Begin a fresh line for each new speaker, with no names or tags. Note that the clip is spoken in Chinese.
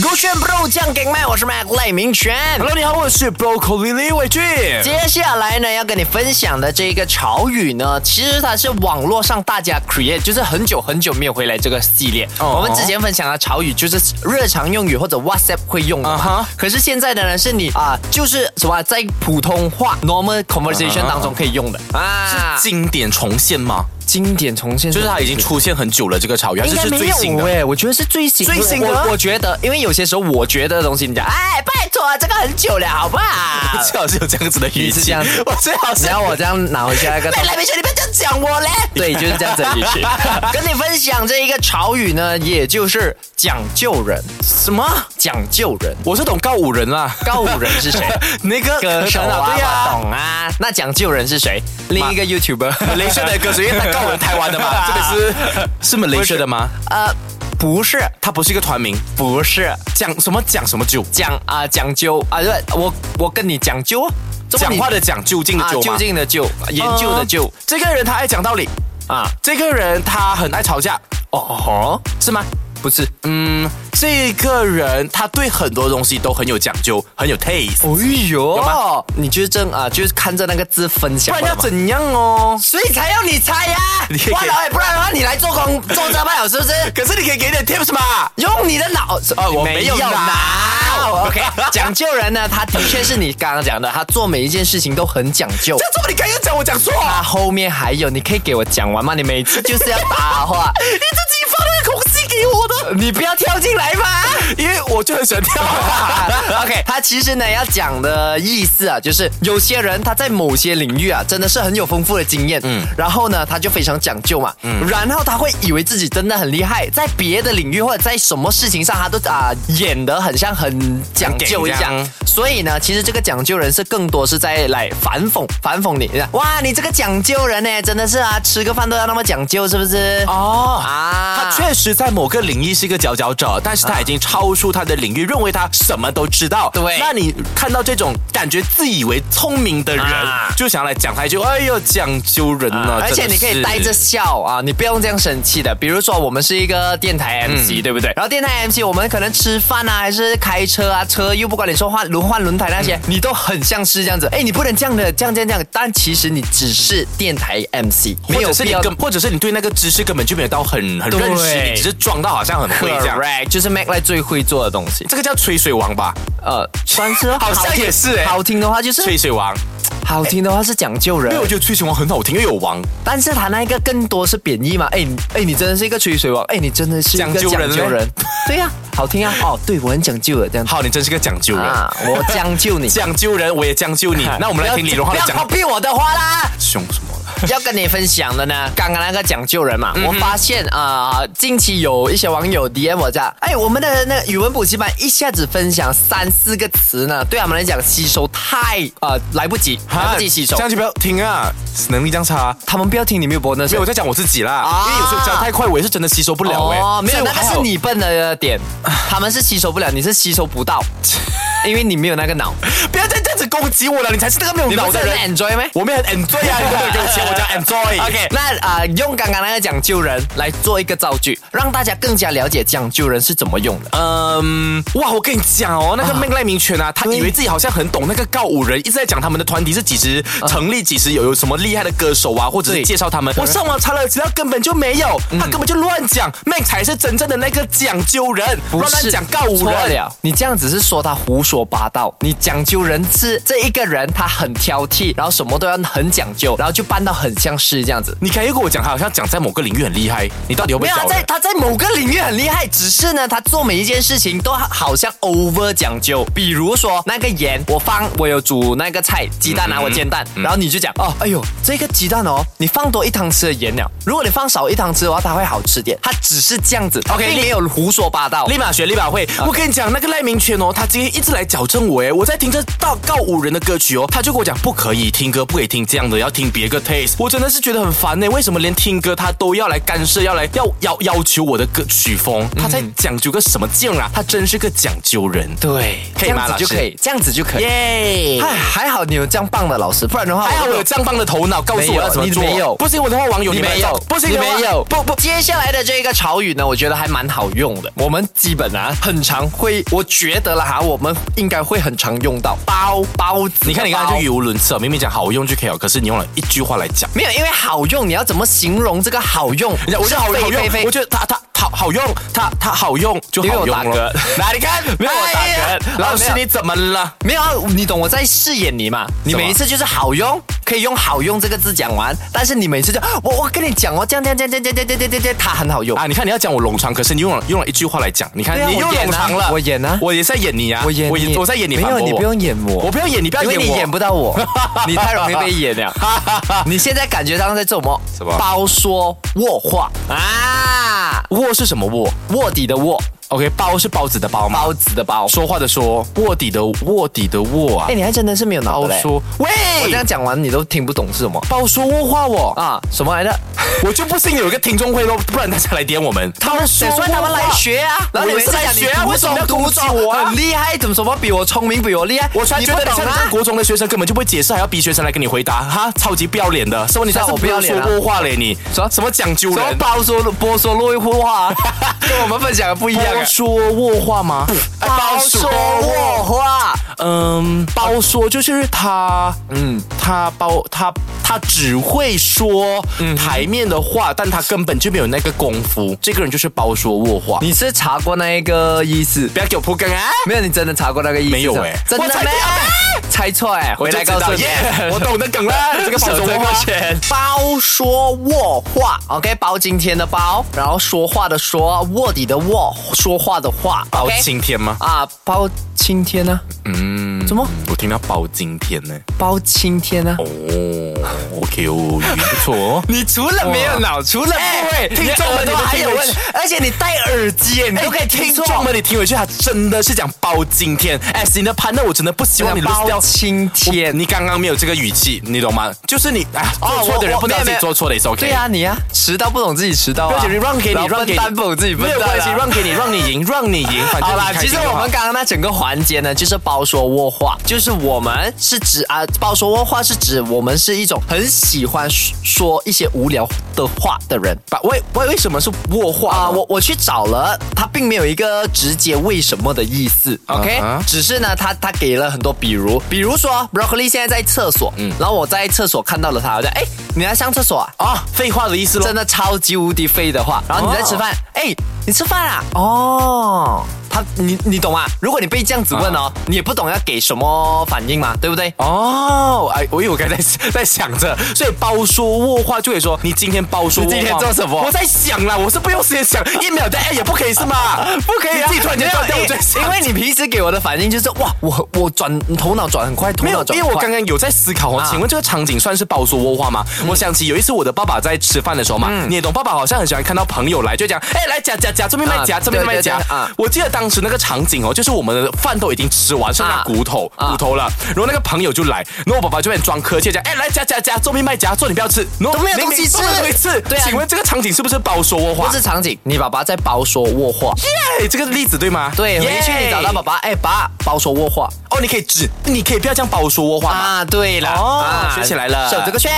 勾选 Bro 酱给麦，我是 Mac 赖明全。
Hello，你好，我是 Broccoli 李伟俊。
接下来呢，要跟你分享的这个潮语呢，其实它是网络上大家 create，就是很久很久没有回来这个系列。
哦
我们之前分享的潮语就是日常用语或者 WhatsApp 会用的嘛。
啊哈
可是现在的呢，是你啊，就是什么在普通话 normal conversation 当中可以用的啊。
经典重现吗？
经典重现，
就是它已经出现很久了，这个潮语，还
应
是
该
是
没
最新
有
的？
哎，我觉得是最新
最新的
我我觉得，因为有些时候我觉得的东西，你讲，哎，拜托，这个很久了，好不 好？
最好是有这样子的语
啊是
气
这样子，
我最好是
只要我这样拿回去那个，
来美学，你不要这样讲我嘞。
对，就是这样子的语气。跟你分享这一个潮语呢，也就是讲究人，
什么？
讲究人。
我是懂告五人啦，
告五人是谁？
那个
歌手
可能
啊，
对呀、
我懂啊。那讲究人是谁？另一个 YouTuber，
雷射的歌手，因为他告我们台湾的 嘛，这里是是吗？雷射的吗？
呃，不是，
它不是一个团名，
不是，
讲什么讲什么酒，
讲啊、讲究啊，对，我我跟你讲究啊，这么
讲
你
话的讲，究竟的
啊，
究
究
吗？
竟的究，研究的究
这个人他爱讲道理，
啊，
这个人他很爱吵架，
哦吼，
是吗？
不是，
嗯，这个人他对很多东西都很有讲究，很有 taste，
哦哟，你就是正啊，就是看着那个字分
不
享，
然要怎样哦？
所以才要你猜呀、
你也可以
哇老也不然的话你来做工做这半小时是不 是？
可是你可以给点 tips 嘛？
用你的脑子
啊我没有
拿
脑
OK，讲究人呢，他的确是你刚刚讲的，他做每一件事情都很讲 究
这。样怎么你刚刚讲我讲错？啊
他后面还有，你可以给我讲完吗？你每次就是要搭话，
你自己发那个空隙给我的，
你不要跳进来嘛。
因为我就很喜欢跳。
OK，他其实呢要讲的意思啊，就是有些人他在某些领域啊，真的是很有丰富的经验，嗯，然后呢他就非常讲究嘛，嗯，然后他会以为自己真的很厉害，在别的领域或者在什么事情上，他都啊、演得很像很讲究一
很
样
紧张。
所以呢，其实这个讲究人是更多是在来反讽反讽你，哇，你这个讲究人呢，真的是啊，吃个饭都要那么讲究，是不是？
哦
啊，
他确实在某个领域是一个佼佼者，但是他已经超出他的领域，认为他什么都知道。
对
那你看到这种感觉自以为聪明的人，
啊
就想来讲他一句：“哎呦，讲究人啊呢、
而且你可以带着笑啊，你不用这样生气的。比如说，我们是一个电台
嗯
MC，、对不对？然后电台 MC，我们可能吃饭啊，还是开车啊，车又不管你说换轮换轮胎那些，
嗯
你都很像是这样子。哎，你不能这样的，这样这样这样。但其实你只是电台 MC，
没
没有
有是
必
你
要
根，或者是你对那个知识根本就没有到很很认识，
对
你只是装到好像很会这样。
correct，就是 Mac 来最会做的东西。
这个叫吹水王吧？
呃，算是
好像也是哎
好听的话就是
吹水王，
好听的话是讲究人
因为，我觉得吹水王很好听，又有王，
但是他那个更多是贬义嘛？哎你哎，你真的是一个吹水王，哎，你真的是一个
讲究人
讲究
嘞
人，对呀、好听啊，哦，对我很讲究的这样子
好，你真是个讲究人，
啊，我将就你。
讲究人，我也将 就你。 那我们来听李荣浩的
不要
讲
copy 我的话啦。
凶什么了？
要跟你分享的呢， 刚刚那个讲究人嘛，
嗯
我发现啊、呃近期有一些网友 DM 我这样，哎，我们的那个语文补习班一下子分享三四个词呢，对他们来讲吸收太呃来不及，来不及吸收
这。样就不要听啊，能力这样差。
他们不要听你没有播那
没
些
有，我在讲我自己啦，
啊
因为有时候讲太快，我也是真的吸收不了哎、
哦，没
所
有，
以我
那
还好
个是你笨的 点，他们是吸收不了，你是吸收不到，因为你没有那个脑。
不要再这样子攻击我了，你才是那个没有
你
脑
不是
的
很
人。
enjoy 吗？
我们也很 enjoy 啊，你都没有给我钱，我讲 enjoy。
OK，那啊、呃用刚刚那个讲究人来做一个造句，让大家更加了解讲究人是怎么用的。
嗯，哇，我跟你讲哦，那个命赖明权
嗯
啊，他以为自己好像很懂那个告五人，一直在讲他们的团体是几时成立，几时有有什么厉害的歌手啊，或者是
对
介绍他们。我上网查了资料，根本就没有，他根本就乱讲。Mac 才是真正的那个讲究人，
不
乱乱
是
讲告五
错
人。
了，你这样只是说他胡说八道。你讲究人是这一个人，他很挑剔，然后什么都要很讲究，然后就扮到很像是这样子。
你可以跟我讲，他好像讲在某个领域很厉害，你到底有
没有，啊
找
他
人
在他在某个领域很厉害，只是呢，他做每一件事情都好像 over 讲究。比如说那个盐，我放我有煮那个菜，鸡蛋啊，我煎蛋，
嗯
然后你就讲哦，哎呦，这个鸡蛋哦，你放多一汤匙的盐了，如果你放少一汤匙的话，它会好吃点。他只是这样子
OK，
并没有胡说八道。啊
立马学立马会。我跟你讲，那个赖明权哦，他今天一直来来矫正我诶，我在听着到告五人的歌曲哦，他就跟我讲不可以听歌，不可以听这样的，要听别个 taste。我真的是觉得很烦呢，为什么连听歌他都要来干涉，要来要要要求我的歌曲风？
嗯
他在讲究个什么劲啊？他真是个讲究人。
对，
可以
这
吗
样子就
老师
可以，这样子就可以。
耶！
哎，还好你有这样棒的老师，不然的话，
还好我有
如果
这样棒的头脑，告诉我要怎么做。
没有你没有
不行我的话，网友
你
们
没有，
不行
你
的话
没有，
不不。
接下来的这个潮语呢，我觉得还蛮好用的。我们基本啊，很常会，我觉得啦哈，我们应该会很常用到包包子。
你看，你刚才就
有
语无伦次哦，明明讲好用就可以了，可是你用了一句话来讲。
没有？因为好用，你要怎么形容这个好用？
人家我觉得好
是
好
非
用
非非，
我觉得它它好好用，它它好用就
你没
好
有
用
打
了
嗝。
来，你看，
没有我打嗝
哎呀老
没
师
有
你怎么了？
没有啊，你懂我在饰演你嘛？你
什么
每一次就是好用，可以用“好用”这个字讲完，但是你每次就我我跟你讲哦，这样这样这样这样这样这样这样这样这样，它很好用。
啊，你看你要讲我冗长，可是你用了用了一句话来讲，你看
对啊
你又
我演啊
冗长了。
我演啊
我也是在演你啊，
我演你
我在演你
没
反
有，
驳
你
我
不用演我，
我不要演你不要
因为
演
你
我
演不 到 我，你太容易被演了。 你现在感觉到在做什么？
什么
包说卧话啊，
卧是什么卧
卧底的卧，
？OK，包是包子的包吗？
包子的包。
说话的说，卧底的卧底的卧啊
哎，。你还真的是没有脑
包
子嘞。
说，哎喂，
我这样讲完你都听不懂是什么
包说卧话我，
啊？什么来的？
我就不信有一个听众会咯，不然大家来点我们。他们
得算他们来学啊，
我
然后
也
你们
是
是
来
来
学
学
啊
啊，
为
为
什
什
么
么
要攻
读
击
书
我
我
啊
很厉害？怎么什么比我聪明，比我厉害？
我突然
你
觉
不
得你
懂
像
啊
上！国中的学生根本就不会解释，还要逼学生来跟你回答，哈，超级不要脸的。什么你
是
上
啊
次
我不要脸啊
说过话嘞你？什么什么讲究
什么
人？
包说波说落一话啊， 跟我们分享的不一样啊。
说卧话吗？哎
包说卧，话，
嗯，包说就是他，嗯，他包他他只会说
嗯
台面的话，但他根本就没有那个功夫。这个人就是包说卧话。
你是查过那一个意思？
不要给我铺梗啊！
没有，你真的查过那个意思？
没有欸
真的
我才
没
不
有，猜错哎，
我
回
就
来
知
告诉
道
你
耶。，我懂得梗了。这个包说
手这
卧
个
话，
钱包说卧话，OK，包今天的包，然后说话的说，卧底的卧，说话的话，
包
OK？
青天吗？
啊，包青天呢、
嗯，
怎么？
我听到包青天呢。
包青天呢、
哦，OK 哦，语言不错哦。
你除了没有脑，除了不会，哎听众们都还有问，而且你戴耳机耶，你
哎
都可以听
听
错。
众们，你听回去，他真的是讲包青天。哎，你的潘，那我真的不希望你 lose 掉
包。青天
我，你刚刚没有这个语气，你懂吗？就是你哎，做错的人
哦我
不知道自
没
己
有
做错的也是 OK。
对啊，你啊，迟到不懂自己迟到啊
而且，让给
然
你，
后
让给你，
笨蛋不懂自己笨
没
蛋
有
啊
关系，让给你，让你赢，让你赢，反正
好啦
你，开
其
心
实
就
我们刚刚那整个环节呢，就是包说窝话，就是我们是指啊，包说窝话是指我们是一种很喜欢说说一些无聊的话的人。
把为为为什么是卧话
啊、
呢
我我去找了，它并没有一个直接为什么的意思，OK，、
啊哈
只是呢，它它给了很多，比如，比如说 broccoli 现在在厕所，嗯，然后我在厕所看到了他，我就哎，你来上厕所啊？
啊，废话的意思喽
真。的超级无敌废的话，然后你在吃饭，哎、你吃饭啊？哦，他你你懂吗？如果你被这样子问哦，你也不懂要给什么反应嘛，对不对？
哦，哎，我以为我刚才在在想着，所以包说卧话就会说你今天包说卧话，
你今天做什么
我在想啦，我是不用时间想，一秒的哎也不可以是 吗？不可
对
以
啊
自己突然间断掉，
没
我
有
在想
因为你平时给我的反应就是哇，我我转头脑转很快，头
没有
脑，
因
转
为
很
我
快
刚刚有在思考哦，
啊
请问这个场景算是包说窝话吗？我想起有一次我的爸爸在吃饭的时候嘛，你也懂，爸爸好像很喜欢看到朋友来，就讲，哎，来夹夹夹，这边卖夹，
啊
这边卖夹
对对对啊。
我记得当时那个场景哦，就是我们的饭都已经吃完，剩下
啊
骨头
啊
骨头了，然后那个朋友就来，然后我爸爸就很装客气讲，哎，来夹夹夹，这边卖夹，做你不要吃，然后
都没有
明明
东西吃
都没有东西吃。
对啊
请问这个场景是不是包说窝
不
话？
是场景，你爸爸在包说卧话。
耶，这个例子对吗？
对，
耶
回去你找到爸。爸，哎，爸，包说卧话啊
哦，你可以指，你可以不要这样包说窝话吗？
啊，对了，
哦
啊
学起来了
手这个圈。